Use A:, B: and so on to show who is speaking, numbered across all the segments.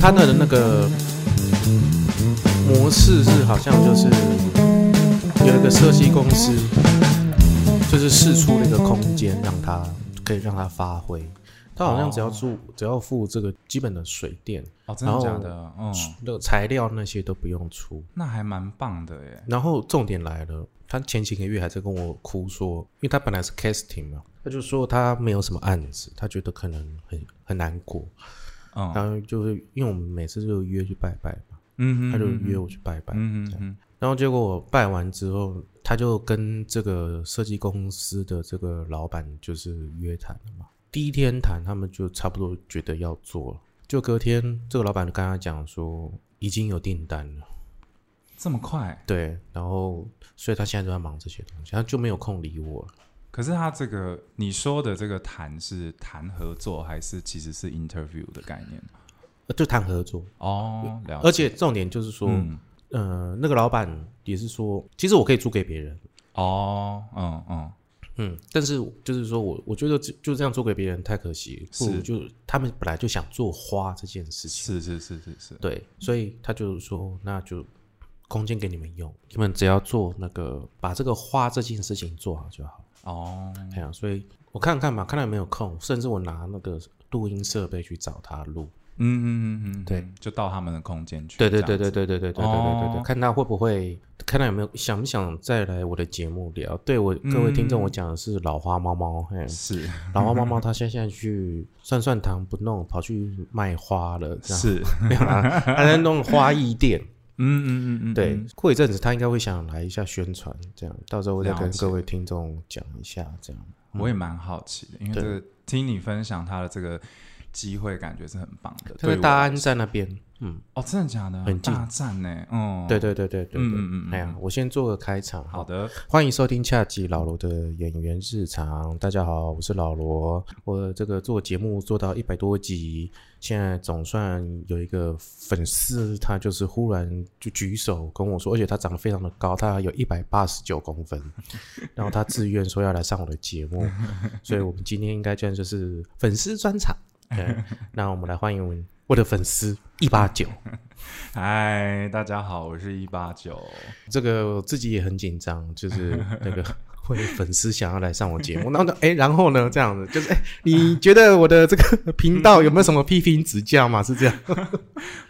A: 它的那个模式是好像就是有一个设计公司，就是试出了一个空间，让它可以让它发挥。它好像只要住，只要付这个基本的水电、
B: 哦，真的
A: 然后
B: 假的？嗯，
A: 那个材料那些都不用出。
B: 那还蛮棒的耶。
A: 然后重点来了，他前几个月还在跟我哭说，因为他本来是 casting 嘛，他就说他没有什么案子，他觉得可能很很难过。
B: 嗯
A: 然后就是因为我们每次就约去拜拜嘛，
B: 嗯
A: 他
B: 哼，
A: 就约我去拜拜。
B: 嗯哼哼，
A: 然后结果我拜完之后，他就跟这个设计公司的这个老板就是约谈了嘛。第一天谈，他们就差不多觉得要做了，就隔天这个老板就跟他讲说已经有订单了。
B: 这么快？
A: 对，然后所以他现在都在忙这些东西，他就没有空理我了。
B: 可是他这个你说的这个谈是谈合作，还是其实是 interview 的概念？
A: 呃就谈合作，
B: 哦，了解。
A: 而且重点就是说，
B: 嗯，
A: 呃，那个老板也是说，其实我可以租给别人，
B: 哦，嗯嗯，
A: 嗯，但是就是说我我觉得就就这样租给别人太可惜，不如
B: 是
A: 就他们本来就想做花这件事情，
B: 是是是是是，
A: 对，所以他就说那就空间给你们用，你们只要做那个把这个花这件事情做好就好。
B: 哦，
A: 哎呀、所以我看看嘛，看他有没有空，甚至我拿那个录音设备去找他录。
B: 嗯嗯嗯嗯，
A: 对
B: 嗯，就到他们的空间去。
A: 对对
B: 这
A: 对
B: 样
A: 对
B: 子，
A: 对对对对对对对对，
B: 哦
A: 看他会不会，看他有没有想不想再来我的节目聊。对我各位听众，我讲的是老花猫猫，哎嘿，
B: 是
A: 老花
B: 嗯
A: 猫猫它现在去算算糖不弄，跑去卖花了，这样
B: 是，
A: 没有啦，它在弄花艺店。
B: 嗯嗯嗯嗯，
A: 对
B: 嗯，，
A: 过一阵子它应该会想来一下宣传，这样到时候我再
B: 了
A: 跟
B: 解
A: 各位听众讲一下，这样。
B: 我也蛮好奇的，因为
A: 嗯对
B: 这个听你分享他的这个机会，感觉是很棒的。
A: 它
B: 对
A: 在
B: 我
A: 大安站那边，嗯，
B: 哦，真的假的？
A: 很近
B: 大赞呢，嗯，
A: 对，对对对对对，
B: 嗯嗯嗯
A: 哎呀，我先做个开场，
B: 好的，
A: 欢迎收听下集老罗的演员日常。大家好，我是老罗。我这个做节目做到一百多集，现在总算有一个粉丝，他就是忽然就举手跟我说，而且他长得非常的高，他有一百八十九公分， 然后他自愿说要来上我的节目，所以我们今天应该这样就是粉丝专场。对，那我们来欢迎我的粉丝一八九。
B: 嗨，大家好，我是一八九，
A: 这个我自己也很紧张， 就是那个会有粉丝想要来上我节目，然后呢，哎，然后呢，这样子 就是，哎，你觉得我的这个 频道有没有什么批评指教吗？是这样，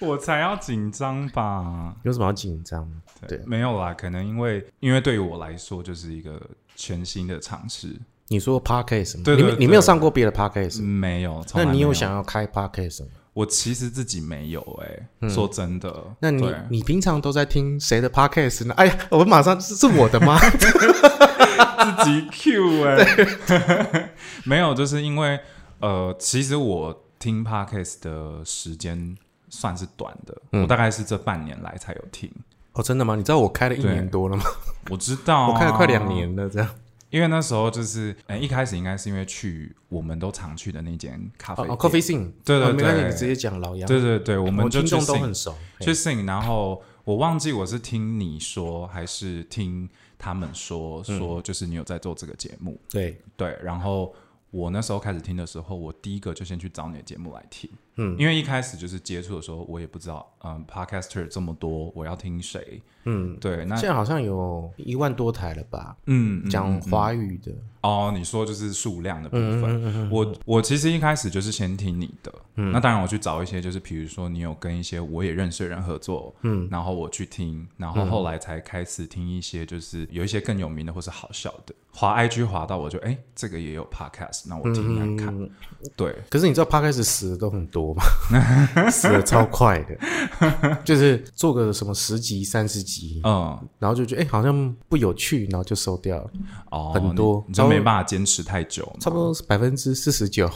B: 我才要紧张吧？
A: 有什么好紧张？对
B: 没有啦，可能因为因为对于我来说就是一个全新的尝试，
A: 你说 podcast 吗？
B: 对
A: 你
B: 对
A: 没
B: 对
A: 你没有上过别的 podcast，、
B: 没有。嗯从
A: 那
B: 来
A: 你有
B: 没
A: 想？要开 podcast 吗？
B: 我其实自己没有哎、说真的，
A: 嗯那你
B: 对 啊
A: 你平常都在听谁的 podcast 呢？哎呀，我马上是是我的 吗？
B: 自己 Q 哎、 没有，就是因为呃，其实我听 podcast 的时间算是短的，
A: 嗯
B: 我大概是这半年来才有听。
A: 哦，真的吗？你知道我开了一
B: 对
A: 年多了吗？
B: 我知道、啊
A: 我开了快两，年了，这样。
B: 因为那时候就是，呃、一开始应该是因为去我们都常去的那间咖啡
A: 哦
B: 店、
A: 哦，coffee sing，
B: 对对
A: 哦没关系，
B: 对
A: 你直接讲老杨，
B: 对对对，我
A: 我
B: 们就
A: 听
B: 去
A: 众都
B: sing-
A: 很熟。
B: 去 sing，然后我忘记我是听你说还是听他们说
A: 嗯
B: 说，就是你有在做这个节目，
A: 对，
B: 对，然后我那时候开始听的时候，我第一个就先去找你的节目来听，
A: 嗯
B: 嗯，因为一开始就是接触的时候，我也不知道，嗯，podcaster 这么多，我要听谁？
A: 嗯，
B: 对，那
A: 现在好像有一万多台了吧，
B: 嗯，嗯
A: 讲华语的。
B: 哦，你说就是数量的部
A: 嗯
B: 分，我我其实一开始就是先听你的，
A: 嗯
B: 那当然我去找一些就是比如说你有跟一些我也认识的人合作，嗯，然后我去听，然
A: 嗯
B: 后后来才开始听一些就是有一些更有名的或是好笑的，滑 IG 滑到我就哎、这个也有 podcast，那我听听
A: 嗯
B: 看，对，
A: 可是你知道 p 开始死的都很多吗？死的超快的， 就是做个什么十集、三十集，
B: 嗯，
A: 然后就觉得哎、好像不有趣，然后就收掉了，
B: 哦，
A: 很
B: 你
A: 多
B: 你就没办法坚持太久嘛，
A: 差不多是百分之四十九。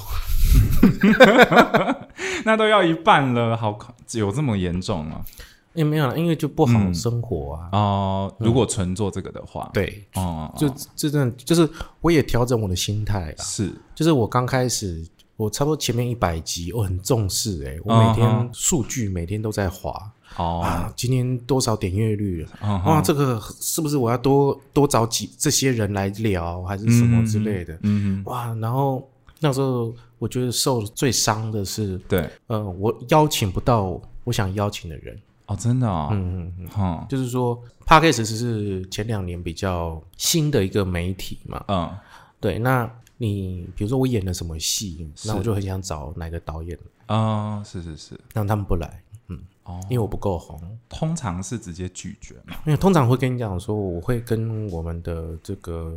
B: 那都要一半了，好有这么严重吗？
A: 也没有啦，因为就不好生活啊。
B: 哦、如果纯做这个的话，，
A: 嗯对，
B: 哦、
A: 就这阵就是我也调整我的心态啦，
B: 是。
A: 就是我刚开始。我差不多前面一百集，我很重视哎、我每天
B: 嗯
A: 数据每天都在滑，
B: 哦、
A: 啊，今天多少点阅率了？
B: 嗯
A: 哇，这个是不是我要多多找几这些人来聊，还是什么之类的？
B: 嗯
A: 哇，然后那时候我觉得受最伤的是，
B: 对，
A: 呃，我邀请不到我想邀请的人。
B: 哦，真的哦，嗯嗯嗯，
A: 就是说 p a c k a g e 是前两年比较新的一个媒体嘛。
B: 嗯，
A: 对，那你比如说我演了什么戏，
B: 是
A: 那我就很想找哪个导演，
B: 啊，是是是，
A: 让他们不来，嗯
B: 哦，
A: 因为我不够红。
B: 通常是直接拒绝嘛，
A: 因为通常会跟你讲说，我会跟我们的这个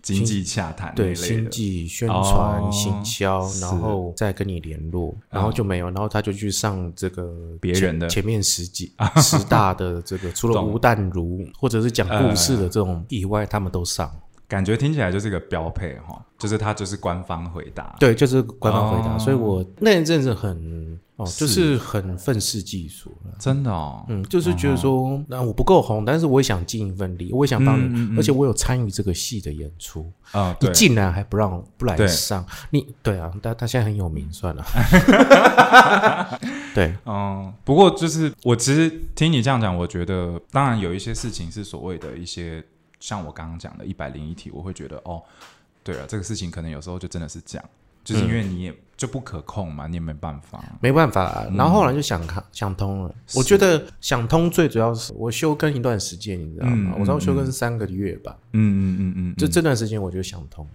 B: 经济洽谈那一
A: 对
B: 类
A: 经
B: 的，
A: 济宣
B: 哦
A: 传、行销，
B: 是哦
A: 然后再跟你联络，然后就没有，然后他就去上这个
B: 别
A: 前
B: 人的
A: 前面十 几十大的这个，除了
B: 懂呃
A: 吴淡如或者是讲故事的这种以外，他们都上。
B: 感觉听起来就是一个标配哈，就是他就是官方回答，
A: 对，就是官方回答，
B: 哦
A: 所以我那一阵子很哦，
B: 是
A: 就是很愤世嫉俗了。
B: 真的哦，
A: 嗯，就是觉得说，那、我不够红，但是我也想尽一份力，我也想帮你，
B: 嗯嗯嗯
A: 而且我有参与这个戏的演出，
B: 嗯，
A: 你
B: 对，
A: 竟然还不让不来
B: 对
A: 上，你对啊，他他现在很有名，算 了，对，
B: 嗯，不过就是我其实听你这样讲，我觉得当然有一些事情是所谓的一些，像我刚刚讲的一百零一题，我会觉得哦，对了，这个事情可能有时候就真的是这样，就是
A: 嗯
B: 因为你也、就不可控嘛，你也没办法。
A: 没办法啦。
B: 嗯
A: 然后后来就想开、想通了，我觉得想通最主要是我休更一段时间，你知道
B: 嗯
A: 吗？
B: 嗯
A: 我差不多休更三个月吧，
B: 嗯嗯嗯嗯，
A: 就
B: 嗯
A: 这段时间我就想通了。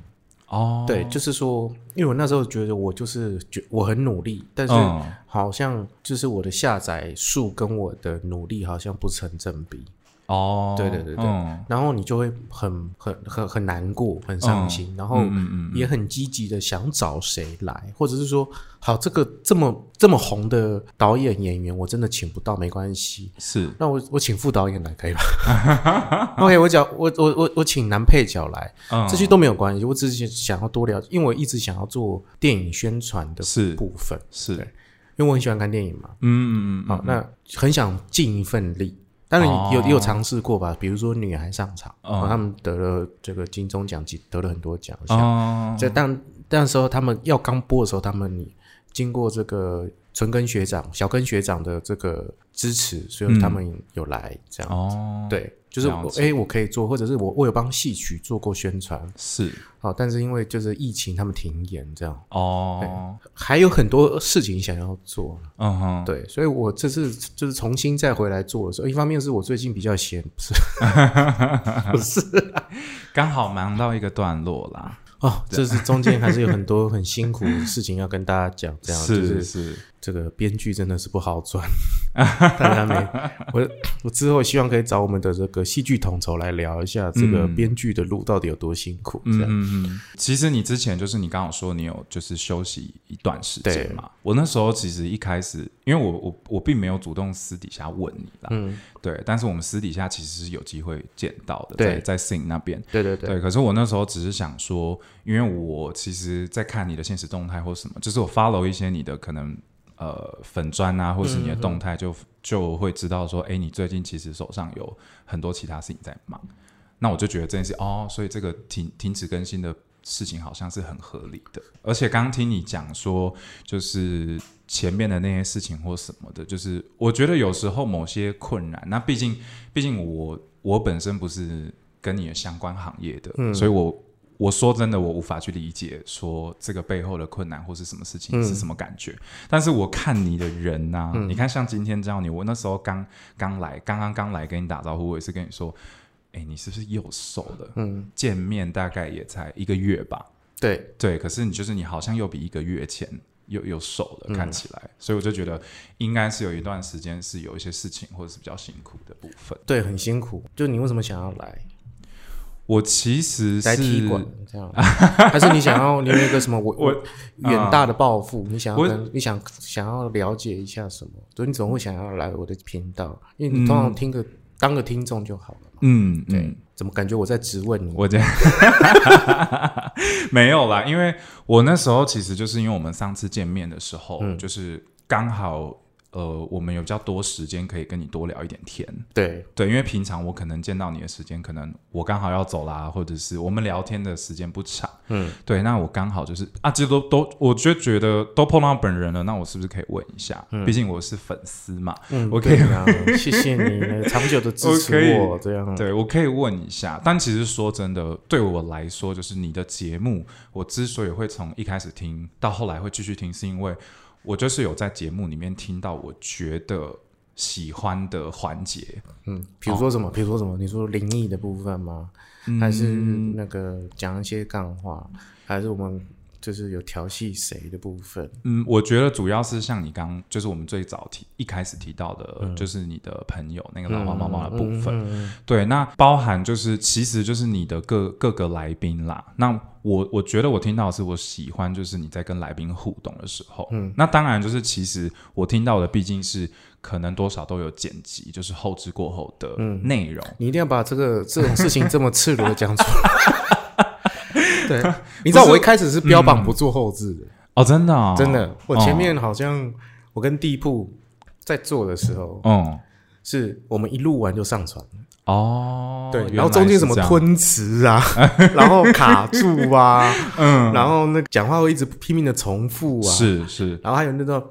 B: 哦，
A: 对，就是说，因为我那时候觉得我就是觉我很努力，但是
B: 嗯
A: 好像就是我的下载数跟我的努力好像不成正比，
B: 哦，
A: 对对对对
B: 嗯
A: 然后你就会很很很很难过，很伤心，然后
B: 嗯嗯嗯
A: 也很积极的想找谁来，或者是说，好这个这么这么红的导演演员，我真的请不到没关系。
B: 是
A: 那我我请副导演来可以吧 ？OK，我讲我我我我请男配角来，
B: 嗯
A: 这些都没有关系，我只是想要多了解，因为我一直想要做电影宣传的
B: 是
A: 部分，
B: 是
A: 对因为我很喜欢看电影嘛，
B: 嗯嗯嗯
A: 好、那很想尽一份力。当然有、
B: 哦
A: 也有尝试过吧，比如说女孩上场，
B: 嗯
A: 哦他们得了这个金钟奖，得了很多奖项。
B: 哦
A: 这但那时候他们要刚播的时候，他们经过这个纯根学长、小根学长的这个支持，所以他们有来这样。
B: 哦
A: 对，就是
B: 了
A: 我哎、我可以做，或者是我我有帮戏曲做过宣传，
B: 是
A: 好，但是因为就是疫情，他们停演这样，
B: 哦
A: 还有很多事情想要做，
B: 嗯哼
A: 对，所以我这次就是重新再回来做的时候，一方面是我最近比较闲， 不是不是
B: 刚好忙到一个段落啦，
A: 哦，这是中间还是有很多很辛苦的事情要跟大家讲，这样就是
B: 是是
A: 这个编剧真的是不好 赚，大家没我我之后希望可以找我们的这个戏剧统筹来聊一下这个
B: 嗯
A: 编剧的路到底有多辛苦，这
B: 嗯
A: 样
B: 嗯嗯，其实你之前就是你刚好说你有就是休息一段时
A: 对
B: 间嘛。我那时候其实一开始，因为我我我并没有主动私底下问你啦，
A: 嗯，
B: 对，但是我们私底下其实是有机会见到的，
A: 对
B: 在在 Sing 那边。
A: 对对对，
B: 对，可是我那时候只是想说，因为我其实，在看你的现实动态或什么，就是我 follow 一些你的可能呃粉砖啊，或是你的动态就，就、会知道说，哎、你最近其实手上有很多其他事情在忙。那我就觉得这件事哦，所以这个停停止更新的事情好像是很合理的。而且刚听你讲说，就是前面的那些事情或什么的，就是我觉得有时候某些困难，那毕竟毕竟我我本身不是跟你的相关行业的，
A: 嗯
B: 所以我。我说真的，我无法去理解说这个背后的困难或是什么事
A: 嗯
B: 情是什么感觉。但是我看你的人呐、你看像今天这样你，我那时候刚刚来，刚刚刚来跟你打招呼，我也是跟你说，哎、你是不是又瘦了？嗯，见面大概也才一个月吧。
A: 对，
B: 对，可是你就是你好像又比一个月前又又瘦
A: 嗯
B: 了，看起来，所以我就觉得应该是有一段时间是有一些事情或者是比较辛苦的部分。
A: 对，很辛苦。就你为什么想要来
B: 我其实
A: 来踢
B: 是
A: 馆这 样？还是你想要你有一个什么我
B: 我
A: 远大的抱负？你想要
B: 我
A: 跟你想想要了解一下什么？所以你总会想要来我的频道，因为你通常听个、当个听众就好了嘛。
B: 嗯，
A: 对，
B: 嗯
A: 怎么感觉我在质问你？
B: 我这样 没有啦，因为我那时候其实就是因为我们上次见面的时候，就是刚好呃，我们有比较多时间可以跟你多聊一点天。
A: 对，
B: 对，因为平常我可能见到你的时间，可能我刚好要走啦，或者是我们聊天的时间不长。
A: 嗯，
B: 对，那我刚好就是啊，这都都，我就觉得都碰到本人了，那我是不是可以问一下？毕竟我是粉丝嘛，
A: 嗯，
B: 我可以
A: 对啊，谢谢你长久的支持
B: 我可以
A: 我，这样，
B: 对，我可以问一下，但其实说真的，对我来说，就是你的节目，我之所以会从一开始听到后来会继续听，是因为我就是有在节目里面听到我觉得喜欢的环节，
A: 嗯，比如说什么，比如说什么，你说灵异的部分吗？还是
B: 嗯
A: 那个讲一些干话，还是我们就是有调戏谁的部分？
B: 嗯，我觉得主要是像你刚，就是我们最早提一开始提到的，
A: 嗯
B: 就是你的朋友那个老花猫猫的部分。对，那包含就是，其实就是你的各各个来宾啦。那我我觉得我听到的是我喜欢，就是你在跟来宾互动的时候。嗯，那当然就是其实我听到的毕竟是可能多少都有剪辑，就是后置过后的
A: 嗯
B: 内容。
A: 你一定要把这个这种事情这么赤裸地讲出来。 对，你知道我一开始是标榜不做后置的，
B: 哦，真的、哦，
A: 真的。我前
B: 哦，
A: 面好像我跟地铺在做的时候，
B: 嗯，
A: 是我们一录完就上传，
B: 哦，
A: 对，
B: 原
A: 然后
B: 来
A: 中间
B: 是
A: 什么
B: 这样，
A: 吞词啊， 然后卡住啊，
B: 嗯，
A: 然后那个讲话会一直拼命的重复啊，
B: 是是，
A: 然后还有那种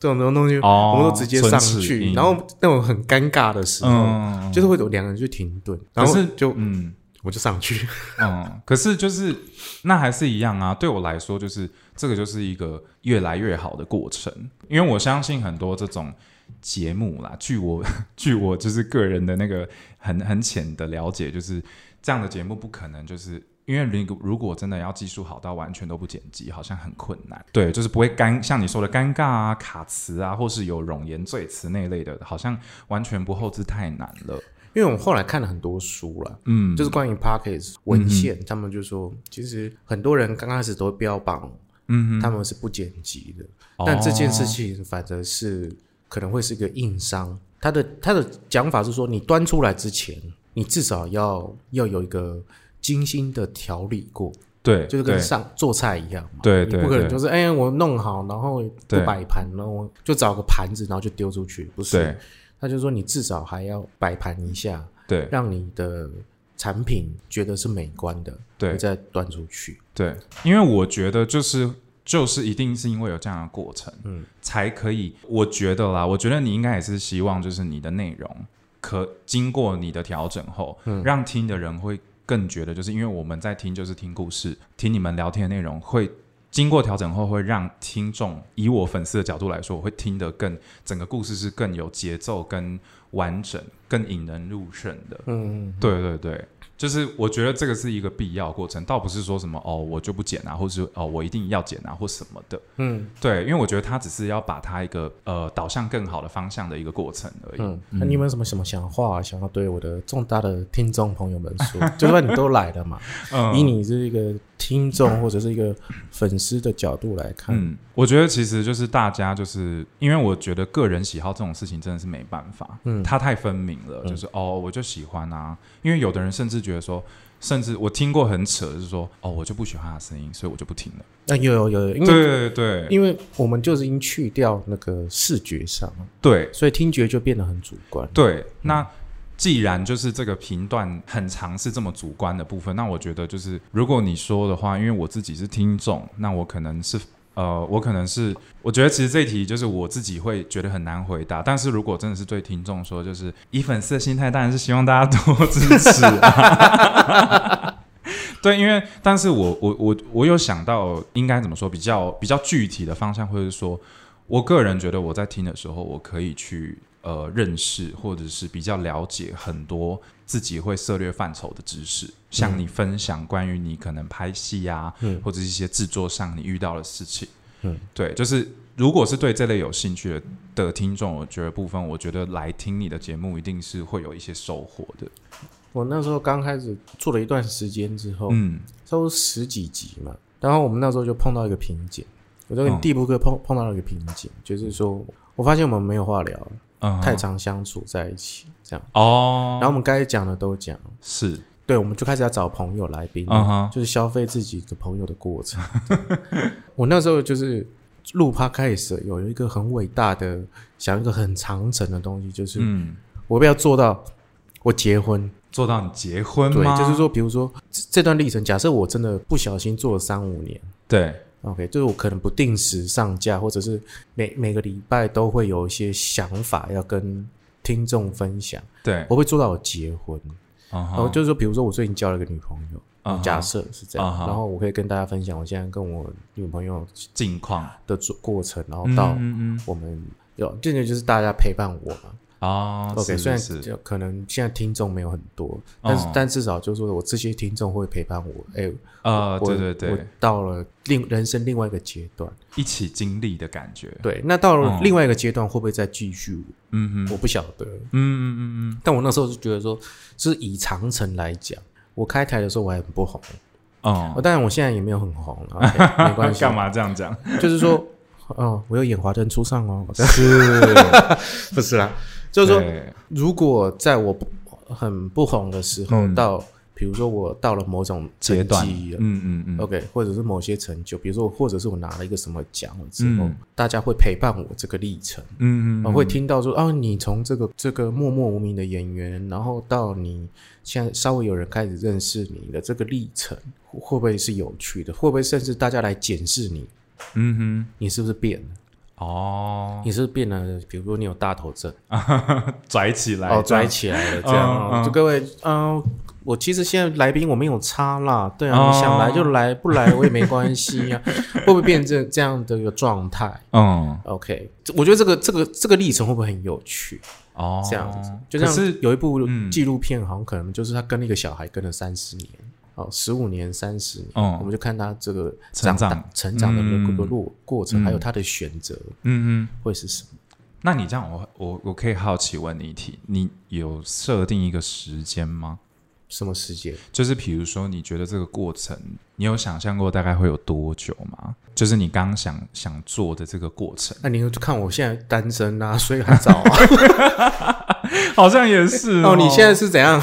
A: 这种东西，
B: 哦嗯
A: 我们都直接上
B: 唇齿
A: 去，
B: 音
A: 然后那种很尴尬的时候，
B: 嗯。
A: 就是会有两个人就停顿，然
B: 可
A: 后
B: 是
A: 就
B: 嗯
A: 我就上去，
B: 嗯，可是就是那还是一样啊。对我来说，就是这个就是一个越来越好的过程，因为我相信很多这种节目啦，据我 据我就是个人的那个很 很浅的了解，就是这样的节目不可能就是。因为如如果真的要技术好到完全都不剪辑，好像很困难。对，就是不会尴，像你说的尴尬啊、卡词啊，或是有冗言赘词那一类的，好像完全不后置太难了。
A: 因为我后来看了很多书了。
B: 嗯，
A: 就是关于 Pockets 文献，他们就说，其实很多人刚开始都标榜
B: 嗯
A: 他们是不剪辑的，
B: 哦
A: 但这件事情反而是可能会是一个硬伤。他的他的讲法是说，你端出来之前，你至少要要有一个精心的调理过，
B: 对，
A: 就是跟
B: 对
A: 上做菜一样嘛。
B: 对
A: 你
B: 对
A: 不可能
B: 对
A: 就是哎、我弄好，然后不
B: 对
A: 摆盘，然后我就找个盘子，然后就丢出去，不是
B: 对？
A: 他就说你至少还要摆盘一下，
B: 对
A: 让你的产品觉得是美观的，
B: 对
A: 你再端出去。
B: 对，因为我觉得就是就是一定是因为有这样的过程，嗯，才可以。我觉得啦，我觉得你应该也是希望，就是你的内容可经过你的调整后，
A: 嗯
B: 让听的人会更觉得，就是因为我们在听，就是听故事，听你们聊天的内容会。经过调整后，会让听众以我粉丝的角度来说，我会听得更整个故事是更有节奏、跟完整、更引人入胜的。
A: 嗯，
B: 对对对，就是我觉得这个是一个必要过程，倒不是说什么哦我就不剪啊，或是哦我一定要剪啊或什么的。
A: 嗯
B: 对，因为我觉得他只是要把它一个呃导向更好的方向的一个过程而已。
A: 嗯，那你有没有什么什么想话、想要对我的重大的听众朋友们 说？就算你都来了嘛，
B: 嗯
A: 以你是一个听众或者是一个粉丝的角度来看，
B: 嗯，我觉得其实就是大家就是因为我觉得个人喜好这种事情真的是没办法，
A: 嗯
B: 嗯，它太分明了，就是哦，我就喜欢啊，因为有的人甚至觉得说，甚至我听过很扯，就是说哦，我就不喜欢他的声音，所以我就不听了。
A: 那、有有有，因为
B: 对对对
A: 嗯因为我们就是已经去掉那个视觉上，
B: 对，
A: 所以听觉就变得很主观。
B: 对，那既然就是这个评断很长是这么主观的部分，那我觉得就是如果你说的话，因为我自己是听众，那我可能是。呃，我可能是，我觉得其实这一题就是我自己会觉得很难回答。但是如果真的是对听众说，就是以粉丝的心态，当然是希望大家多支持、啊。 对，因为但是我我我我有想到应该怎么说，比较比较具体的方向，或者是说我个人觉得我在听的时候，我可以去呃认识或者是比较了解很多自己会涉略范畴的知识，像你分享关于你可能拍戏啊，
A: 嗯
B: 或者是一些制作上你遇到的事情，
A: 嗯，
B: 对，就是如果是对这类有兴趣的的听众，我觉得部分，我觉得来听你的节目一定是会有一些收获的，
A: 我那时候刚开始做了一段时间之后，
B: 嗯
A: 差不多十几集嘛，然后我们那时候就碰到一个瓶颈，我就跟
B: 嗯
A: 地步哥碰碰到了一个瓶颈，就是说我发现我们没有话聊了，
B: 嗯，
A: 太常相处在一起这样，
B: 哦，
A: 然后我们该讲的都讲了，
B: 是，
A: 对，我们就开始要找朋友来宾，
B: 嗯 哼
A: 就是消费自己的朋友的过程。我那时候就是录 podcast 有一个很伟大的，想一个很长程的东西，就是
B: 嗯，
A: 我不要做到我结婚。
B: 做到你结婚
A: 对
B: 吗？，
A: 就是说，比如说这这段历程，假设我真的不小心做了三五年
B: 对，
A: ，OK，就是我可能不定时上架，或者是每每个礼拜都会有一些想法要跟听众分享，
B: 对，
A: 我会做到我结婚。
B: 嗯
A: 然
B: 哼
A: 后就是说，比如说我最近交了一个女朋友，
B: 嗯哼
A: 假设是这样
B: 嗯哼
A: 然后我可以跟大家分享我现在跟我女朋友
B: 近况，
A: 的做过程，然后
B: 嗯
A: 到
B: 嗯嗯
A: 我们有，这个就是大家陪伴我嘛。
B: 啊
A: OK，虽
B: 是是
A: 然
B: 是，
A: 就可能现在听众没有很多，但是、
B: 哦
A: 但至少就是说我这些听众会陪伴我。哎、
B: 呃，
A: 我
B: 对对嗯
A: 我
B: 对，
A: 到了另人生另外一个阶段，
B: 一起经历的感觉，
A: 对，那到了
B: 哦
A: 另外一个阶段会不会再继续？
B: 嗯哼，
A: 我不晓得。
B: 嗯嗯嗯嗯
A: 但我那时候就觉得说，就是以长城来讲，我开台的时候我还很不红，
B: 嗯，
A: 哦、
B: 哦，
A: 当然我现在也没有很红了、OK，没关系，
B: 干？嘛这样讲？
A: 就是说，哦，我有演华灯初上哦，
B: 是，
A: 不是啦，就是说，
B: 对
A: 如果在我不很不红的时候，
B: 嗯
A: 到比如说我到了某种成
B: 阶段，
A: 绩了啊哦
B: 嗯嗯嗯，
A: OK，或者是某些成就，比如说，或者是我拿了一个什么奖了之后，
B: 嗯
A: 大家会陪伴我这个历程，
B: 嗯嗯
A: 我、
B: 嗯，
A: 会听到说，哦，你从这个这个默默无名的演员，然后到你现在稍微有人开始认识你的这个历程，会不会是有趣的？会不会甚至大家来检视你，
B: 嗯
A: 你是不是变了？
B: 哼，哦，
A: 你是不是变了？比如说你有大头症，
B: 拽起来，
A: 哦，
B: 这样
A: 拽起来了，
B: 嗯
A: 这样。哦
B: 嗯
A: 就各位，嗯，我其实现在来宾我没有差啦，对啊，
B: 哦
A: 你想来就来，不来我也没关系啊。 会不会变成这样的一个状态
B: 嗯，
A: ？OK，这我觉得这个这个这个历程会不会很有趣？
B: 哦，
A: 这样子，就
B: 可
A: 像
B: 是
A: 有一部
B: 嗯
A: 纪录片，好像可能就是他跟那个小孩跟了三十年，哦，十五年、三十年，
B: 嗯
A: 我们就看他这个
B: 成
A: 大
B: 长
A: 成长的
B: 嗯
A: 那个过过程，
B: 嗯
A: 还有他的选择
B: 嗯嗯。
A: 会是什么？
B: 那你这样我，我我可以好奇问你一题，你有设定一个时间吗？
A: 什么时间？
B: 就是比如说，你觉得这个过程，你有想象过大概会有多久吗？就是你刚想想做的这个过程，
A: 那你就看我现在单身啊，所以还早 啊。
B: 好像也是
A: 哦，你现在是怎 样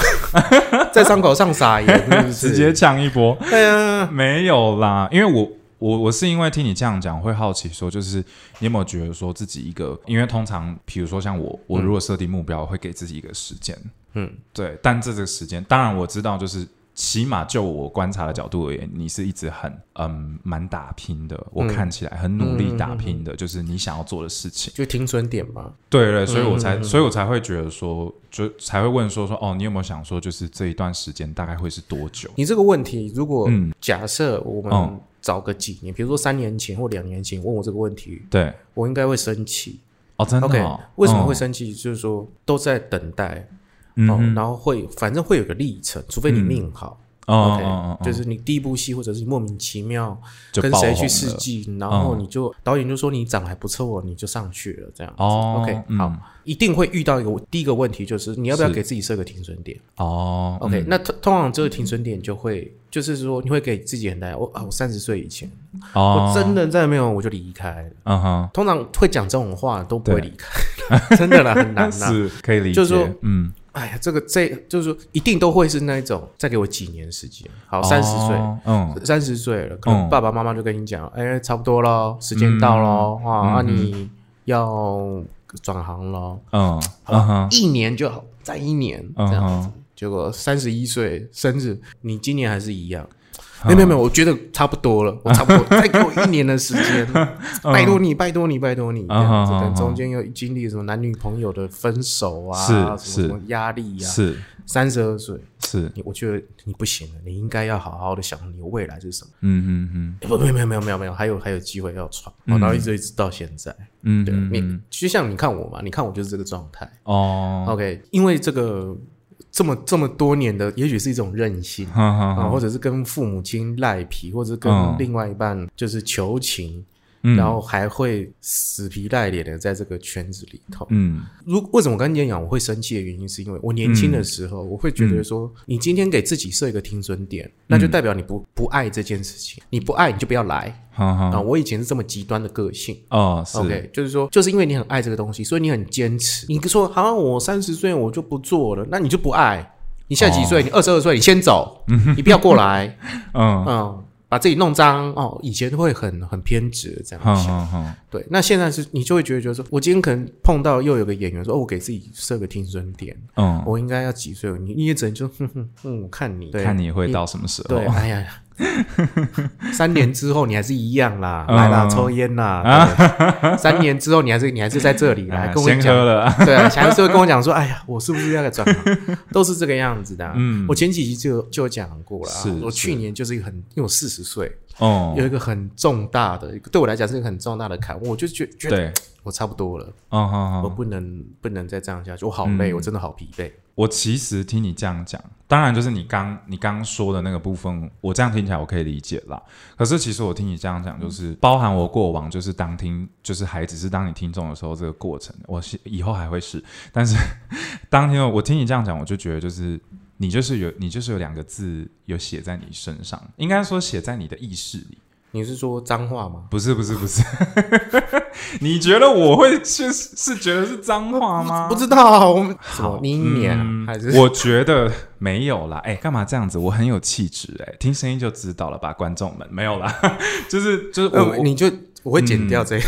A: 在伤口上撒盐？是不是
B: 直接呛一波，
A: 对啊，
B: 没有啦，因为我我我是因为听你这样讲，会好奇说，就是你有没有觉得说自己一个，因为通常比如说像我，我如果设定目标，会给自己一个时间，
A: 嗯，
B: 对，但这个时间，当然我知道就是。起码就我观察的角度而言，你是一直很嗯蛮打拼的，
A: 嗯
B: 我看起来很努力打拼的，就是你想要做的事情。
A: 就停损点嘛。
B: 对对，所以我才，
A: 嗯
B: 所以我才会觉得说，就才会问说说哦，你有没有想说，就是这一段时间大概会是多久？
A: 你这个问题，如果
B: 嗯
A: 假设我们
B: 嗯
A: 找个几年，比如说三年前或两年前问我这个问题，
B: 对，
A: 我应该会生气。
B: 哦，真的
A: OK，
B: 哦、
A: 为什么
B: 嗯
A: 会生气？就是说都在等待，
B: 嗯
A: 哦
B: 哼，
A: 然后会反正会有个历程，除非你命好。
B: 哦
A: OK，、
B: 哦哦
A: 就是你第一部戏，或者是莫名其妙
B: 就
A: 跟
B: 爆
A: 谁去
B: 红
A: 试
B: 了
A: 镜，然后
B: 嗯
A: 你就、导演就说你长得还不错，你就上去了这样子。
B: 哦
A: OK，、
B: 嗯
A: 好，一定会遇到一个第一个问题，就是你要不要
B: 是
A: 给自己设个停损点
B: 哦
A: ？OK，、
B: 嗯
A: 那通通常这个停损点就会就是说你会给自己很大压力，我啊，我三十岁以前，
B: 哦
A: 我真的再没有我就离开了。
B: 嗯哼，
A: 通常会讲这种话都不会离开， 真的啦，很难啦。
B: 是可以理解，
A: 就是说
B: 嗯，
A: 哎呀，这个这就是说一定都会是那一种，再给我几年时间，好，
B: 哦
A: 三十岁。，
B: 嗯，
A: 三十岁了，可能
B: 嗯
A: 爸爸妈妈就跟你讲，哎、差不多咯，时间到咯，啊，那、
B: 嗯嗯
A: 你要转行咯，
B: 嗯嗯哼，
A: 一年就好，再一年这
B: 嗯
A: 样子。
B: 哼，
A: 结果三十一岁生日，你今年还是一样？没有没有没有，我觉得差不多了，我差不多，再给我一年的时间，拜托你，拜托你，拜托你，这样子。
B: 嗯哼
A: 但
B: 嗯哼
A: 中间又经历什么男女朋友的分手啊，
B: 是
A: 什么什
B: 是
A: 么压力呀、啊。
B: 是
A: 三十二岁，
B: 是，
A: 你我觉得你不行了，你应该要好好的想你未来是什么。
B: 嗯嗯
A: 不，没有没有没有没有没有，还有还有机会要闯，然后一直一直到现在。
B: 嗯
A: 对
B: 嗯，
A: 你就像你看我嘛，你看我就是这个状态。
B: 哦，
A: OK，因为这个这么这么多年的，也许是一种任性
B: 哼哼
A: 啊，
B: 哼，
A: 或者是跟父母亲赖皮，或者是跟
B: 嗯
A: 另外一半就是求情，
B: 嗯
A: 然后还会死皮赖脸的在这个圈子里头。
B: 嗯
A: 如为什么我刚刚讲我会生气的原因，是因为我年轻的时
B: 嗯
A: 候，我会觉得说，你今天给自己设一个停损点，那就代表你
B: 嗯
A: 不不爱这件事情，你不爱你就不要来。
B: 哼
A: 啊，
B: 哼，
A: 我以前是这么极端的个性。
B: 哦嗯是，
A: OK，就是说，就是因为你很爱这个东西，所以你很坚持。你说，好、我三十岁我就不做了，那你
B: 哦
A: 就不爱。你现在几岁？你二十二岁，你先走，你不要过来。
B: 嗯
A: 嗯，把自己弄脏哦，以前会很很偏执这样
B: 哼
A: 想，
B: 哼哼，
A: 对，那现在是你就会觉得，就是说我今天可能碰到又有个演员说，哦，我给自己设个停损点，
B: 嗯，
A: 我应该要几岁？你你也只能就哼哼哼，我看你，对
B: 看你哦会到什么时候
A: 对，？哎呀， 三年之后你还是一样啦，
B: 嗯
A: 来啦，抽烟啦，对三年之后你还是你还是在这里来
B: 哎
A: 跟我
B: 先
A: 讲
B: 喝，了，
A: 对啊，还是会跟我讲说，哎呀，我是不是要来转行？ 都是这个样子的啊。
B: 嗯
A: 我前几集就有就有讲过了啊
B: 是，
A: 我
B: 是
A: 去年就是一个很，因为我四十岁，
B: 哦
A: 有，一个很重大的，对我来讲是一个很重大的坎，我就觉觉得
B: 对，
A: 我差不多了，
B: 嗯哼
A: 我
B: 哼，
A: 不能不能再这样下去，我好累，
B: 嗯
A: 我真的好疲惫。
B: 我其实听你这样讲，当然就是你刚你刚说的那个部分，我这样听起来我可以理解啦。可是其实我听你这样讲，就是包含我过往，就是当听，就是还只是当你听众的时候这个过程，我是以后还会是，但是 当听我听你这样讲，我就觉得就是你就是有你就是有两个字有写在你身上，应该说写在你的意识里。
A: 你是说脏话吗？
B: 不是不是不是， 你觉得我会是是觉得是脏话吗？
A: 不知道啊，我们什么
B: 好
A: 你脸啊
B: 嗯
A: 还是
B: 我觉得没有啦，哎、干嘛这样子？我很有气质，哎，听声音就知道了吧，观众们没有啦， 就是就是我、
A: 呃你就我会剪掉这一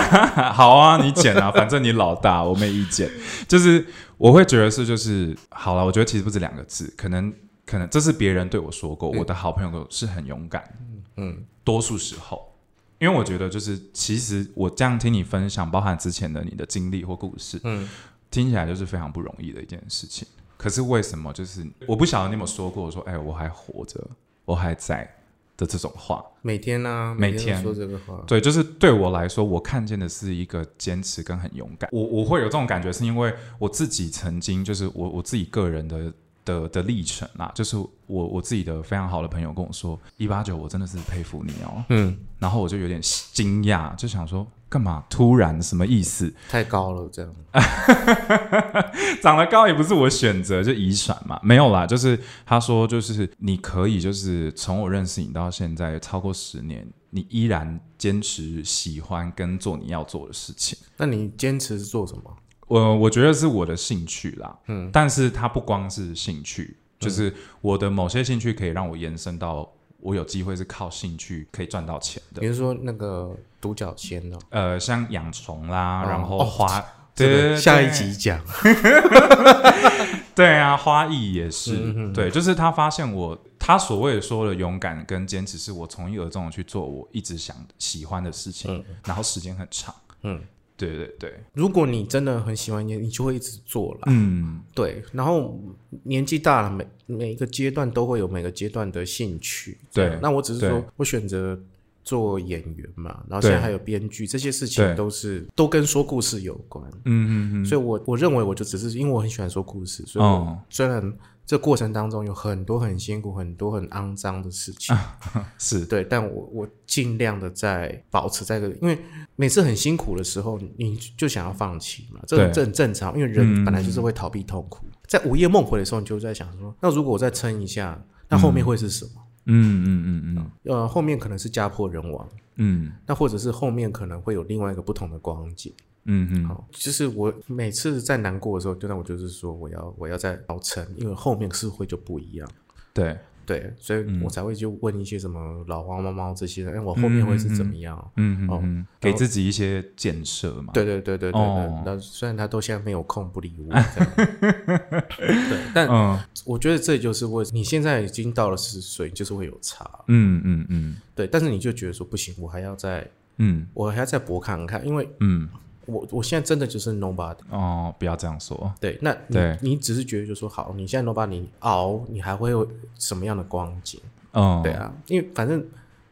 B: 好啊，你剪 啊，反正你老大，我没意见。就是我会觉得是就是好了，我觉得其实不止两个字，可能可能这是别人对我说过，我的好朋友是很勇敢，
A: 嗯，
B: 多数时候。因为我觉得，就是其实我这样听你分享，包含之前的你的经历或故事，
A: 嗯，
B: 听起来就是非常不容易的一件事情。可是为什么就是我不晓得你有没有说过，说哎、我还活着，我还在的这种话，
A: 每天啊，
B: 每
A: 天
B: 天
A: 都说这个话，
B: 对，就是对我来说，我看见的是一个坚持跟很勇敢。我我会有这种感觉，是因为我自己曾经就是我我自己个人的的的历程啦，就是我我自己的非常好的朋友跟我说，一八九我真的是佩服你哦。
A: 嗯，
B: 然后我就有点惊讶，就想说干嘛突然什么意思？
A: 太高了这样。
B: 长得高也不是我选择，就遗传嘛，没有啦。就是他说，就是你可以，就是从我认识你到现在超过十年，你依然坚持喜欢跟做你要做的事情。
A: 那你坚持是做什么？
B: 我我觉得是我的兴趣啦，嗯，但是它不光是兴趣，
A: 嗯
B: 就是我的某些兴趣可以让我延伸到我有机会是靠兴趣可以赚到钱的
A: 比，如说那个独角仙呢？
B: 呃，像养虫啦，
A: 哦
B: 然后
A: 哦
B: 花，
A: 这
B: 对
A: 个
B: 对对
A: 下一集讲。
B: 对啊，花艺也是，
A: 嗯
B: 对，就是他发现我，他所谓说的勇敢跟坚持，是我从一而终的去做我一直想喜欢的事情，然后时间很长，
A: 嗯
B: 嗯，对对对，
A: 如果你真的很喜欢你，你就会一直做了。
B: 嗯，
A: 对，然后年纪大了，每每一个阶段都会有每个阶段的兴趣。
B: 对
A: 那我只是
B: 对
A: 说我选择做演员嘛，然后现在
B: 对
A: 还有编剧，这些事情
B: 对
A: 都是都跟说故事有关。
B: 嗯嗯嗯，
A: 所以我我认为我就只是因为我很喜欢说故事，所以我
B: 哦
A: 虽然这过程当中有很多很辛苦、很多很肮脏的事情，
B: 是，
A: 对，但我我尽量的在保持在这个，因为每次很辛苦的时候，你就想要放弃嘛，这很
B: 对嗯
A: 这很正常，因为人本来就是会逃避痛苦。在午夜梦回的时候，你就在想说，那如果我再撑一下，那后面会是什么？
B: 嗯嗯嗯嗯
A: 呃，后面可能是家破人亡，
B: 嗯
A: 那或者是后面可能会有另外一个不同的光景。
B: 嗯嗯，
A: 好，就是我每次在难过的时候，就那我就是说我要我要再熬成，因为后面是会就不一样，
B: 对，
A: 对，所
B: 嗯
A: 以我才会就问一些什么老王猫猫这些人，哎，我后面会是怎么样？
B: 嗯嗯
A: 哦
B: 嗯，给自己一些建设嘛，
A: 对对对对对对
B: 哦，
A: 那、虽然他都现在没有空不理我，这 样对，但
B: 嗯
A: 我觉得这就是为你现在已经到了四十岁，就是会有差，
B: 嗯嗯嗯
A: 对，但是你就觉得说不行，我还要再
B: 嗯
A: 我还要再搏看看，因为
B: 嗯，
A: 我我现在真的就是 nobody。
B: 哦，不要这样说，
A: 对，那你
B: 对
A: 你只是觉得就说好，你现在都把你熬，你还会有什么样的光景？
B: 嗯，
A: 对，啊，因为反正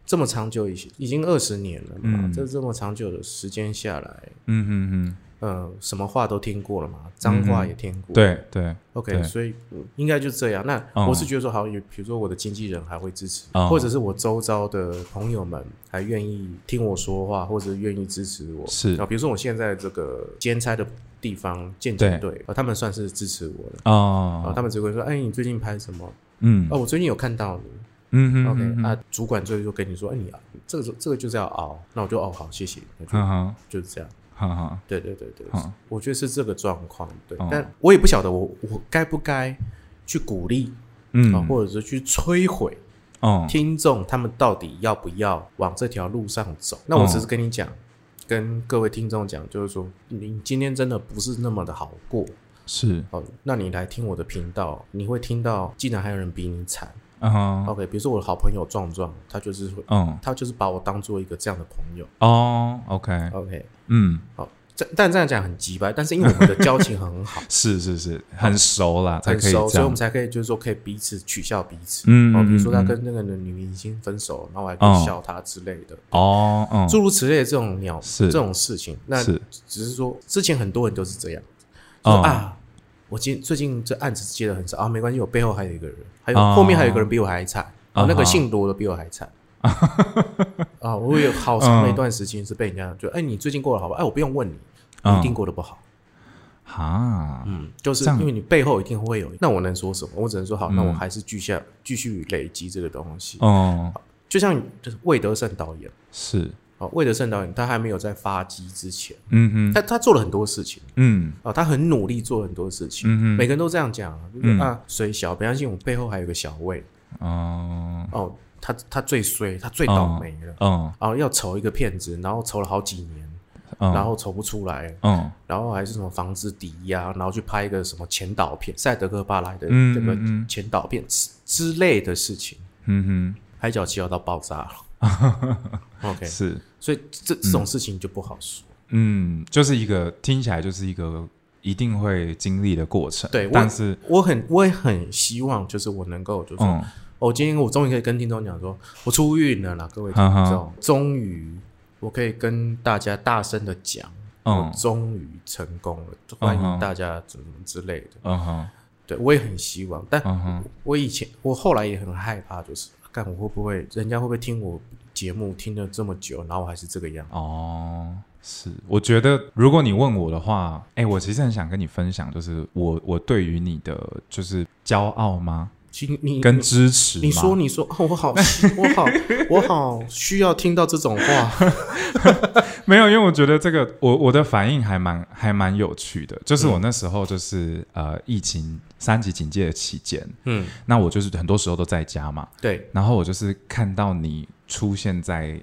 A: 这么长久已经已经二十年了嘛，
B: 嗯
A: 这这么长久的时间下来，
B: 嗯嗯嗯，
A: 呃，什么话都听过了嘛，脏话也听过，
B: 对对，
A: ，OK，
B: 对
A: 所以嗯应该就这样。那
B: 嗯
A: 我是觉得说好，有比如说我的经纪人还会支持，
B: 嗯
A: 或者是我周遭的朋友们还愿意听我说话，或者愿意支持我，
B: 是
A: 啊，比如说我现在这个兼差的地方见警队，啊，他们算是支持我的。啊，
B: 哦，
A: 他们只会说，哎，你最近拍什么？
B: 嗯
A: 哦，我最近有看到你。
B: 嗯嗯
A: OK，啊，主管最后就跟你说，哎，你啊，这个这个就是要熬，那我就哦好，谢谢，那就
B: 嗯哼，
A: 就是这样。
B: 哈哈，
A: 对对对对
B: 嗯，
A: 我觉得是这个状况。对
B: 哦，
A: 但我也不晓得我我该不该去鼓励，啊
B: 嗯，
A: 或者是去摧毁
B: 嗯
A: 听众他们到底要不要往这条路上走？那
B: 嗯
A: 我只是跟你讲，跟各位听众讲，就是说你今天真的不是那么的好过
B: 是，
A: 哦。那你来听我的频道，你会听到，竟然还有人比你惨。
B: 嗯哼，
A: OK，比如说我的好朋友壮壮，他就是会，
B: 嗯
A: 他就是把我当做一个这样的朋友。
B: 哦，OK，
A: OK，
B: 嗯，，
A: 这但这样讲很急白，但是因为我们的交情很好
B: 是是是，很熟啦，才
A: 哦很
B: 可以
A: 熟，
B: 这
A: 所以我
B: 样
A: 们。才可以就是说可以彼此取笑彼此。
B: 嗯
A: 哦，比如说他
B: 嗯嗯
A: 跟那个女明星分手了，然后我还
B: 哦
A: 去笑他之类的。
B: 哦，嗯，
A: 诸如此类的这种鸟
B: 是
A: 这种事情，那
B: 是
A: 只是说之前很多人都是这样，就
B: 哦
A: 说、啊，我今最近这案子接的很少啊，没关系，我背后还有一个人，还有、
B: 哦
A: 后面还有一个人比我还惨，啊、
B: 啊
A: 那个
B: 哈
A: 姓罗的比我还 惨。啊，我有好长
B: 嗯
A: 的一段时间是被人家就，哎、你最近过得好吧？哎，我不用问你，你一定
B: 嗯
A: 过得不好。
B: 哈，
A: 嗯，就是
B: 这样
A: 因为你背后一定会有，那我能说什么？我只能说好，那我
B: 嗯
A: 还是继续继续累积这个东西。
B: 嗯，
A: 就像就是魏德胜导演
B: 是，
A: 啊，魏德胜导演他还没有在发迹之前，
B: 嗯哼，
A: 他他做了很多事情
B: 嗯
A: 啊、他很努力做很多事情。
B: 嗯
A: 每
B: 哼，
A: 个人都这样讲啊，就是、
B: 嗯
A: 啊，水小，不相信我背后还有个小魏
B: 嗯
A: 哦，他他最衰，他最倒霉了、
B: 嗯
A: 啊，要筹一个骗子，然后筹了好几年，
B: 嗯，
A: 然后筹不出来，
B: 嗯
A: 然后还是什么防止抵押，然后去拍一个什么前导片，塞德克巴莱的
B: 嗯
A: 这个
B: 嗯嗯
A: 前导片之之类的事情，
B: 嗯
A: 海角七号到爆 炸了。OK，
B: 哼，是，
A: 所以这这种事情就不好说。
B: 嗯，就是一个听起来就是一个一定会经历的过程，
A: 对我
B: 但是，
A: 我很我也很希望，就是我能够就是说
B: 嗯
A: 哦，今天我终于可以跟听众讲说，我出狱了啦，各位听
B: 嗯
A: 众，终于我可以跟大家大声的讲，我
B: 嗯
A: 终于成功了，欢迎大家怎么之类的。
B: 嗯哼，
A: 对我也很希望，但
B: 嗯哼，
A: 我以前我后来也很害怕，就是看我会不会人家会不会听我节目听了这么久，然后我还是这个样子。
B: 哦，是，我觉得如果你问我的话，哎、我其实很想跟你分享，就是我我对于你的就是骄傲吗？
A: 其实你
B: 跟
A: 你
B: 支持吗？
A: 你说你说，哦我好我好 我好需要听到这种 话。
B: 没有，因为我觉得这个我我的反应还蛮还蛮有趣的，就是我那时候就是、呃疫情三级警戒的期间，
A: 嗯，
B: 那我就是很多时候都在家嘛，
A: 对，
B: 然后我就是看到你出现在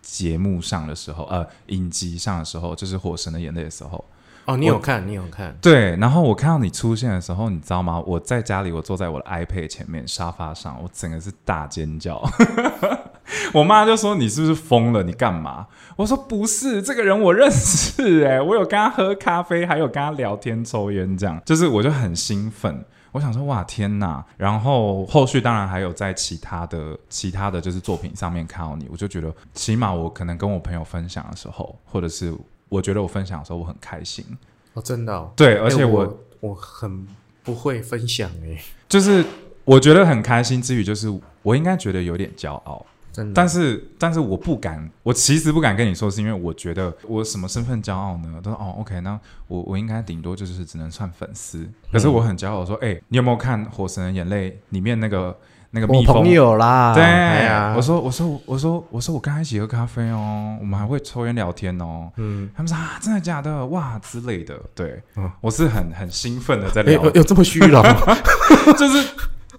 B: 节目上的时候，呃影集上的时候，就是《火神的眼泪》的时候，
A: 哦，你有看，你有看，
B: 对，然后我看到你出现的时候，你知道吗？我在家里，我坐在我的 iPad 前面沙发上，我整个是大尖叫。 我妈就说：“你是不是疯了？你干嘛？”我说：“不是，这个人我认识、欸，我有跟他喝咖啡，还有跟他聊天、抽烟，这样，就是我就很兴奋。我想说，哇，天哪！然后后续当然还有在其他的、其他的就是作品上面看到你，我就觉得，起码我可能跟我朋友分享的时候，或者是我觉得我分享的时候，我很开心。
A: 哦，真的、哦。
B: 对，而且
A: 欸
B: 我
A: 我我很不会分享哎、
B: 就是我觉得很开心之余，就是我应该觉得有点骄傲，
A: 真的。
B: 但是但是我不敢，我其实不敢跟你说，是因为我觉得我什么身份骄傲呢？都说哦，OK，那我我应该顶多就是只能算粉丝，
A: 嗯
B: 可是我很骄傲我说，哎、你有没有看《火神的眼泪》里面那个那个
A: 我
B: 蜜蜂
A: 朋？友啦，
B: 对，
A: 哎呀
B: 我说，我说，我说，我说，我跟他一起喝咖啡哦，我们还会抽烟聊天哦。
A: 嗯，
B: 他们说啊，真的假的？哇之类的。对，
A: 嗯
B: 我是很很兴奋的在
A: 哎
B: 聊，
A: 有有这么虚 荣，
B: 就是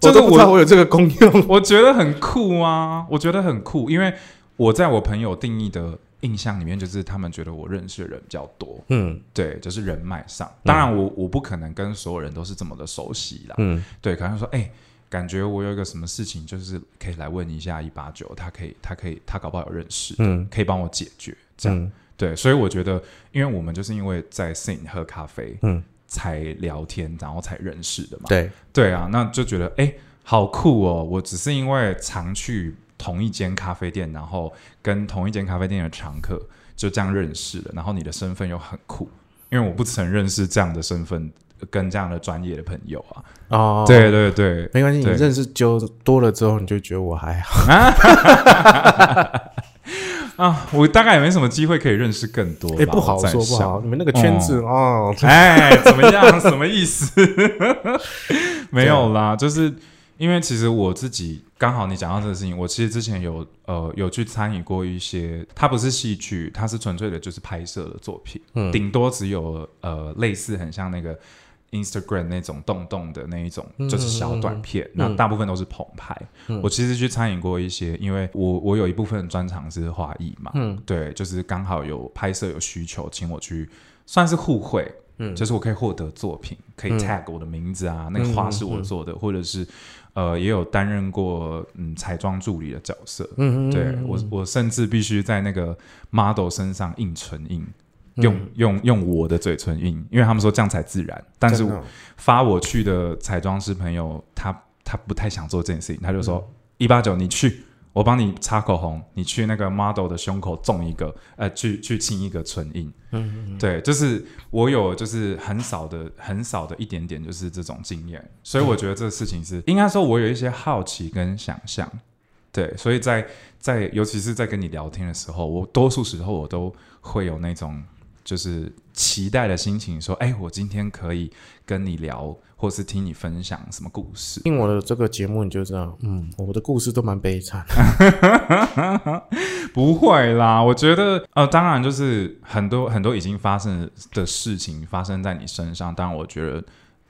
A: 我
B: 就是
A: 都不知
B: 我
A: 道我有这个功 用。
B: 我觉得很酷啊，我觉得很酷，因为我在我朋友定义的印象里面，就是他们觉得我认识的人比较多，
A: 嗯
B: 对，就是人脉上。当然我，我不可能跟所有人都是这么的熟悉啦，
A: 嗯，
B: 对，可能说，哎、感觉我有一个什么事情，就是可以来问一下一八九，他可以，他可以，他搞不好有认识，
A: 嗯
B: 可以帮我解决，这样、
A: 嗯
B: 对，所以我觉得，因为我们就是因为在 Sing 喝咖啡
A: 嗯，
B: 才聊天，然后才认识的嘛，
A: 对，
B: 对啊，那就觉得哎、诶好酷哦！我只是因为常去同一间咖啡店，然后跟同一间咖啡店的常客就这样认识了，然后你的身份又很酷，因为我不曾认识这样的身份跟这样的专业的朋友啊。
A: 哦，
B: 对对对，
A: 没关系，你
B: 对
A: 认识就多了之后，你就觉得我还好。
B: 啊，我大概也没什么机会可以认识更多吧。
A: 哎，不好
B: 我在
A: 说，不
B: 想
A: 好，你们那个圈子
B: 嗯
A: 哦，
B: 哎，怎么样？什么意思？没有啦，就是因为其实我自己刚好你讲到这个事情，我其实之前有呃有去参与过一些，它不是戏剧，它是纯粹的就是拍摄的作品，
A: 嗯
B: 顶多只有呃类似很像那个。 Instagram 那种动动的那一种，就是小短片，那、大部分都是棚拍。我其实去参与过一些，因为我我有一部分专长是画艺嘛，
A: 嗯
B: 对，就是刚好有拍摄有需求，请我去，算是互惠。
A: 嗯
B: 就是我可以获得作品，可以 tag 我的名字啊，那个
A: 嗯
B: 画是我做的，或者是呃，也有担任过嗯彩妆助理的角色。
A: 嗯
B: 对我，我甚至必须在那个 model 身上印唇印，用、
A: 嗯
B: 用用我的嘴唇印，因为他们说这样才自然。但是
A: 真的哦
B: 发我去的彩妆师朋友，他他不太想做这件事情，他就说一八九你去。我帮你擦口红，你去那个 model 的胸口种一个，呃，去去亲一个唇印。嗯对，就是我有就是很少的很少的一点点就是这种经验，所以我觉得这个事情是、应该说，我有一些好奇跟想象。对，所以在在尤其是在跟你聊天的时候，我多数时候我都会有那种就是期待的心情，说，哎、我今天可以跟你聊，或是听你分享什么故事。
A: 听我的这个节目你就知道，嗯，我的故事都蛮悲惨。
B: 不会啦，我觉得呃，当然就是很多很多已经发生的事情发生在你身上，当然我觉得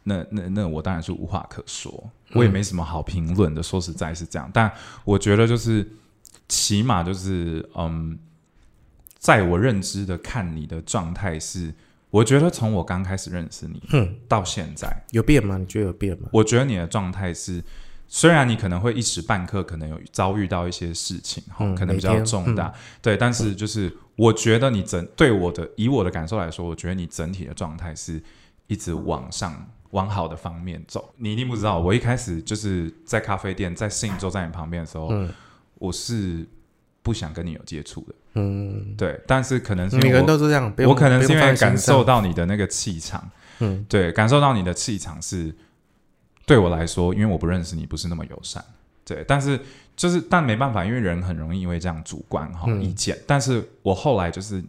B: 那那那我当然是无话可说，我也没什么好评论的，说实在是这样，但我觉得就是起码就是嗯，在我认知的看你的状态是，我觉得从我刚开始认识你，到现在，
A: 有变吗？你觉得有变吗？
B: 我觉得你的状态是，虽然你可能会一时半刻可能有遭遇到一些事情，哈、
A: 嗯
B: 可能比较重大，对，但是就是我觉得你整对我的以我的感受来说，我觉得你整体的状态是一直往上。往好的方面走，你一定不知道。我一开始就是在咖啡店，在信州在你旁边的时候，
A: 嗯
B: 我是不想跟你有接触的。嗯，对。但是可能是因为
A: 每个人
B: 我
A: 都是这样，不用
B: 我可能是因为感，
A: 不
B: 受
A: 用放在心上
B: 到你的那个气场，
A: 嗯，
B: 对，感受到你的气场是对我来说，因为我不认识你，不是那么友善，对，但是就是但没办法，因为人很容易因为这样主观哈、
A: 嗯
B: 意见，但是我后来就是。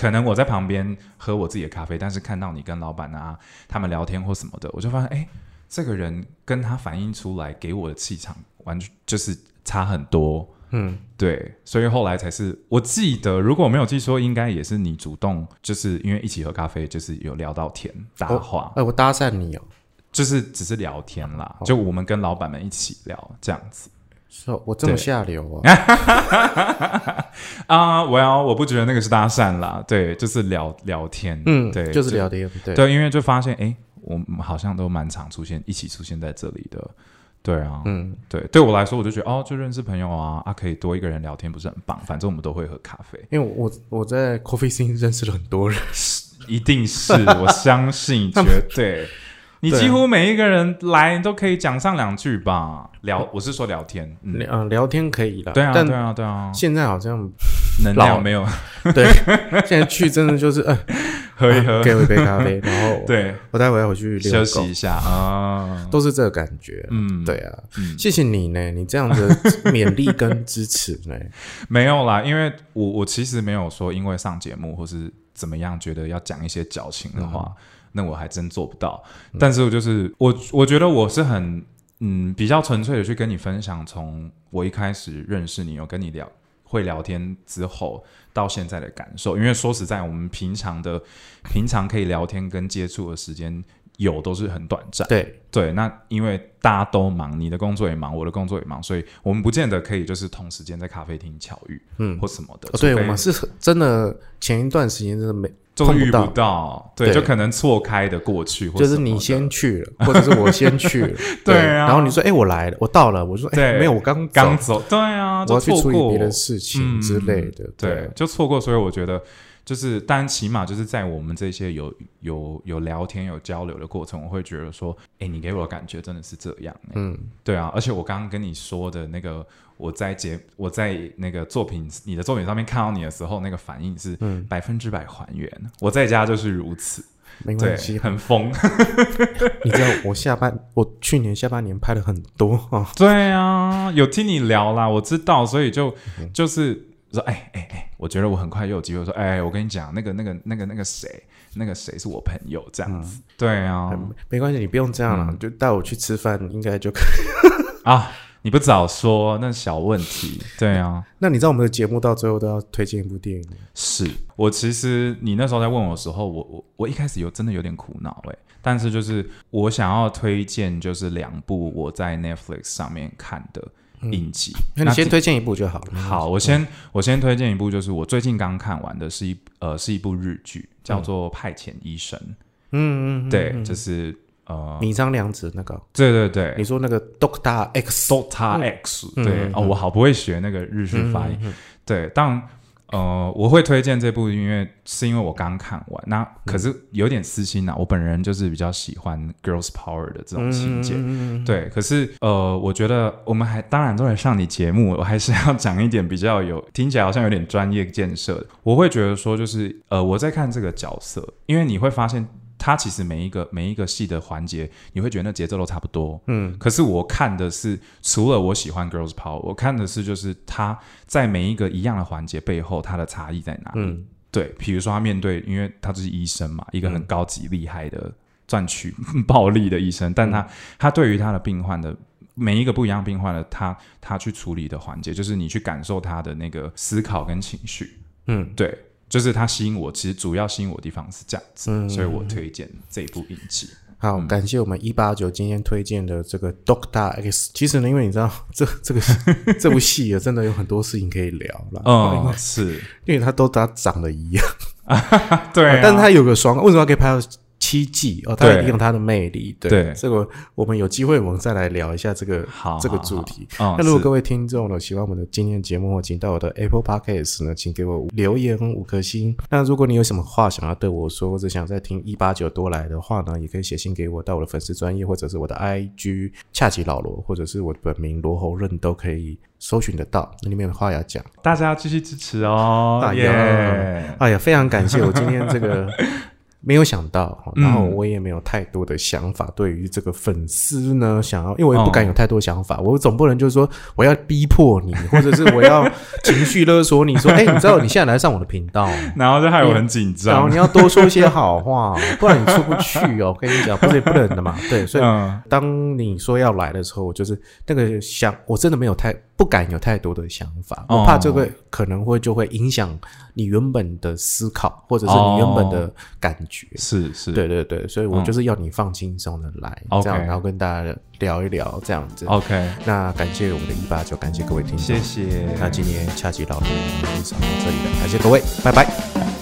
B: 可能我在旁边喝我自己的咖啡，但是看到你跟老板啊他们聊天或什么的，我就发现，哎、这个人跟他反映出来给我的气场完全就是差很多。
A: 嗯，
B: 对，所以后来才是我记得，如果我没有记错，应该也是你主动，就是因为一起喝咖啡，就是有聊到天搭话，
A: 哎，我搭讪你哦，
B: 就是只是聊天啦，就我们跟老板们一起聊这样子
A: 是哦我这么
B: 对哎
A: 下流哦，
B: 啊。我、要我不觉得那个是搭讪啦，对，就是聊聊天，
A: 嗯，
B: 对，
A: 就是聊天，对，
B: 对，因为就发现哎、诶我们好像都蛮常出现一起出现在这里的，对啊，嗯，对，对我来说，我就觉得哦，就认识朋友啊，啊，可以多一个人聊天，不是很棒？反正我们都会喝咖啡。
A: 因为我我在 Coffee Scene 认识了很多人，
B: 一定是，我相 信，绝对。你几乎每一个人来你都可以讲上两句吧，聊，我是说聊天，嗯，
A: 嗯、聊天可以啦，
B: 对啊，对
A: 但
B: 啊，对啊，
A: 现在好 像
B: 能
A: 老啊
B: 量没有
A: 对，现在去真的就是，呃，
B: 喝一喝，
A: 给我一杯咖啡，然后
B: 对，
A: 我待会要回去遛
B: 休
A: 狗，
B: 息一下啊，
A: 都是这个感觉。
B: 嗯，
A: 对啊，
B: 嗯
A: 谢谢你呢，你这样 的勉励跟支持呢，
B: 没有啦，因为我我其实没有说因为上节目或是怎么样，觉得要讲一些矫情的话，那我还真做不到。但是我就是我，我觉得我是很嗯比较纯粹的去跟你分享，从我一开始认识你，有跟你聊。会聊天之后到现在的感受，因为说实在，我们平常的平常可以聊天跟接触的时间有都是很短暂，
A: 对，
B: 对，那因为大家都忙，你的工作也忙，我的工作也忙，所以我们不见得可以就是同时间在咖啡厅巧遇，
A: 嗯
B: 或什么的。
A: 哦对
B: 除
A: 我
B: 非
A: 们是很真的前一段时间真的没，
B: 就遇
A: 碰不
B: 到，对，
A: 对
B: 就可能错开的过去，或
A: 就
B: 什
A: 是
B: 么
A: 你
B: 的
A: 先去了，或者是我先去了，
B: 对啊
A: 然后你说，哎，我来了，我到了，我说，哎，
B: 对
A: 没有，我刚
B: 刚
A: 走
B: 走，对啊，
A: 我
B: 就
A: 要去
B: 错
A: 处理
B: 过嗯
A: 别的事情之类的，
B: 对，就错过。所以我觉得，就是但起码就是在我们这些有有有聊天、有交流的过程，我会觉得说，哎、你给我的感觉真的是这样、欸，
A: 嗯，
B: 对啊。而且我刚刚跟你说的那个，我在节我在那个作品你的作品上面看到你的时候，那个反应是百分之百还原。我在家就是如此，
A: 没
B: 对
A: 关，系，
B: 很疯，
A: 你知道我下半，我去年下半年拍了很多
B: 哦
A: 啊、
B: 对啊，有听你聊啦，我知道，所以就就是说，哎哎哎，我觉得我很快又有机会说，哎，我跟你讲，那个那个那个那个谁，那个谁是我朋友这样子，对啊嗯
A: 没关系，你不用这样了，就带我去吃饭，应该就可以。
B: 啊，你不早说，那小问题。对啊，
A: 那你知道我们的节目到最后都要推荐一部电影吗，
B: 是我其实你那时候在问我的时候，我我我一开始有真的有点苦恼哎、但是就是我想要推荐就是两部我在 Netflix 上面看的影集。
A: 那你先推荐一部嗯就好了。
B: 好，我先我先推荐一部，就是我最近刚看完的是一呃是一部日剧，叫做《派遣医生》。
A: 嗯嗯，嗯嗯，
B: 对，就是呃，
A: 米张良子那个，
B: 对对对，
A: 你嗯说那个 Doctor X，
B: Dota X，、对、哦，
A: 嗯
B: 我好不会学那个日式发音。对，但呃，我会推荐这部，因为是因为我刚看完，那可是
A: 嗯
B: 有点私心呐、啊我本人就是比较喜欢 girls power 的这种情节。
A: 嗯，
B: 对，可是呃，我觉得我们还当然都来上你节目，我还是要讲一点比较有听起来好像有点专业建设的。我会觉得说，就是呃，我在看这个角色，因为你会发现他其实每一个每一个戏的环节，你会觉得那节奏都差不多。嗯，可是我看的是除了我喜欢 Girls Power，我看的是就是他在每一个一样的环节背后，他的差异在哪里。
A: 嗯
B: 对，比如说他面对，因为他就是医生嘛，一个很高级厉害的赚取 暴利的医生，但
A: 嗯
B: 他、他对于他的病患的每一个不一样病患的他他去处理的环节，就是你去感受他的那个思考跟情绪，
A: 嗯，
B: 对，就是他吸引我，其实主要吸引我的地方是这样子，
A: 嗯
B: 所以我推荐这一部影集。
A: 好，感谢我们一八九今天推荐的这个 Doctor X。其实呢，因为你知道 这这个这部戏啊也真的有很多事情可以聊啦，
B: 嗯，是，
A: 因为它都它长得一样，
B: 对啊、
A: 哦但是它有个双，为什么它可以拍到七季？哦，它
B: 对
A: 一定有它的魅力。对，
B: 对
A: 这个我们有机会我们再来聊一下这个
B: 好
A: 这个
B: 好
A: 主
B: 好
A: 题。
B: 嗯，
A: 那如果
B: 是
A: 各位听众呢喜欢我们的今天的节目，请到我的 Apple Podcast 呢，请给我留言五颗星。那如果你有什么话想要对我说，或者想再听一八九多来的话呢，也可以写信给我，到我的粉丝专业或者是我的 IG 恰吉老罗，或者是我的本名罗侯润都可以搜寻得到。那里面有话要讲。
B: 大家要继续支持哦，
A: 哎
B: 耶、
A: 呀 哎呀，非常感谢我今天这个没有想到，哦然后我也没有太多的想法，对于这个粉丝呢，想要，因为我也不敢有太多想法，我总不能就是说我要逼迫你，或者是我要情绪勒索你说，哎、你知道你现在来上我的频道。
B: 然后就害我很紧
A: 然后
B: 张
A: 你，要多说一些好话，不然你出不去哦。我跟你讲，不是也不能的嘛。对，所以
B: 嗯
A: 当你说要来的时候，我就是那个想，我真的没有太不敢有太多的想法，
B: 哦
A: 我怕这个可能会就会影响你原本的思考，或者是你原本的感觉。
B: 是是，
A: 对对对，所以我就是要你放轻松的来，
B: OK
A: 这样，然后跟大家聊一聊这样子。
B: ，OK，
A: 那感谢我们的一八九，感谢各位听众。
B: 谢谢，
A: 那今天下集老师就上到这里了，感谢各位，拜拜。
B: 拜拜。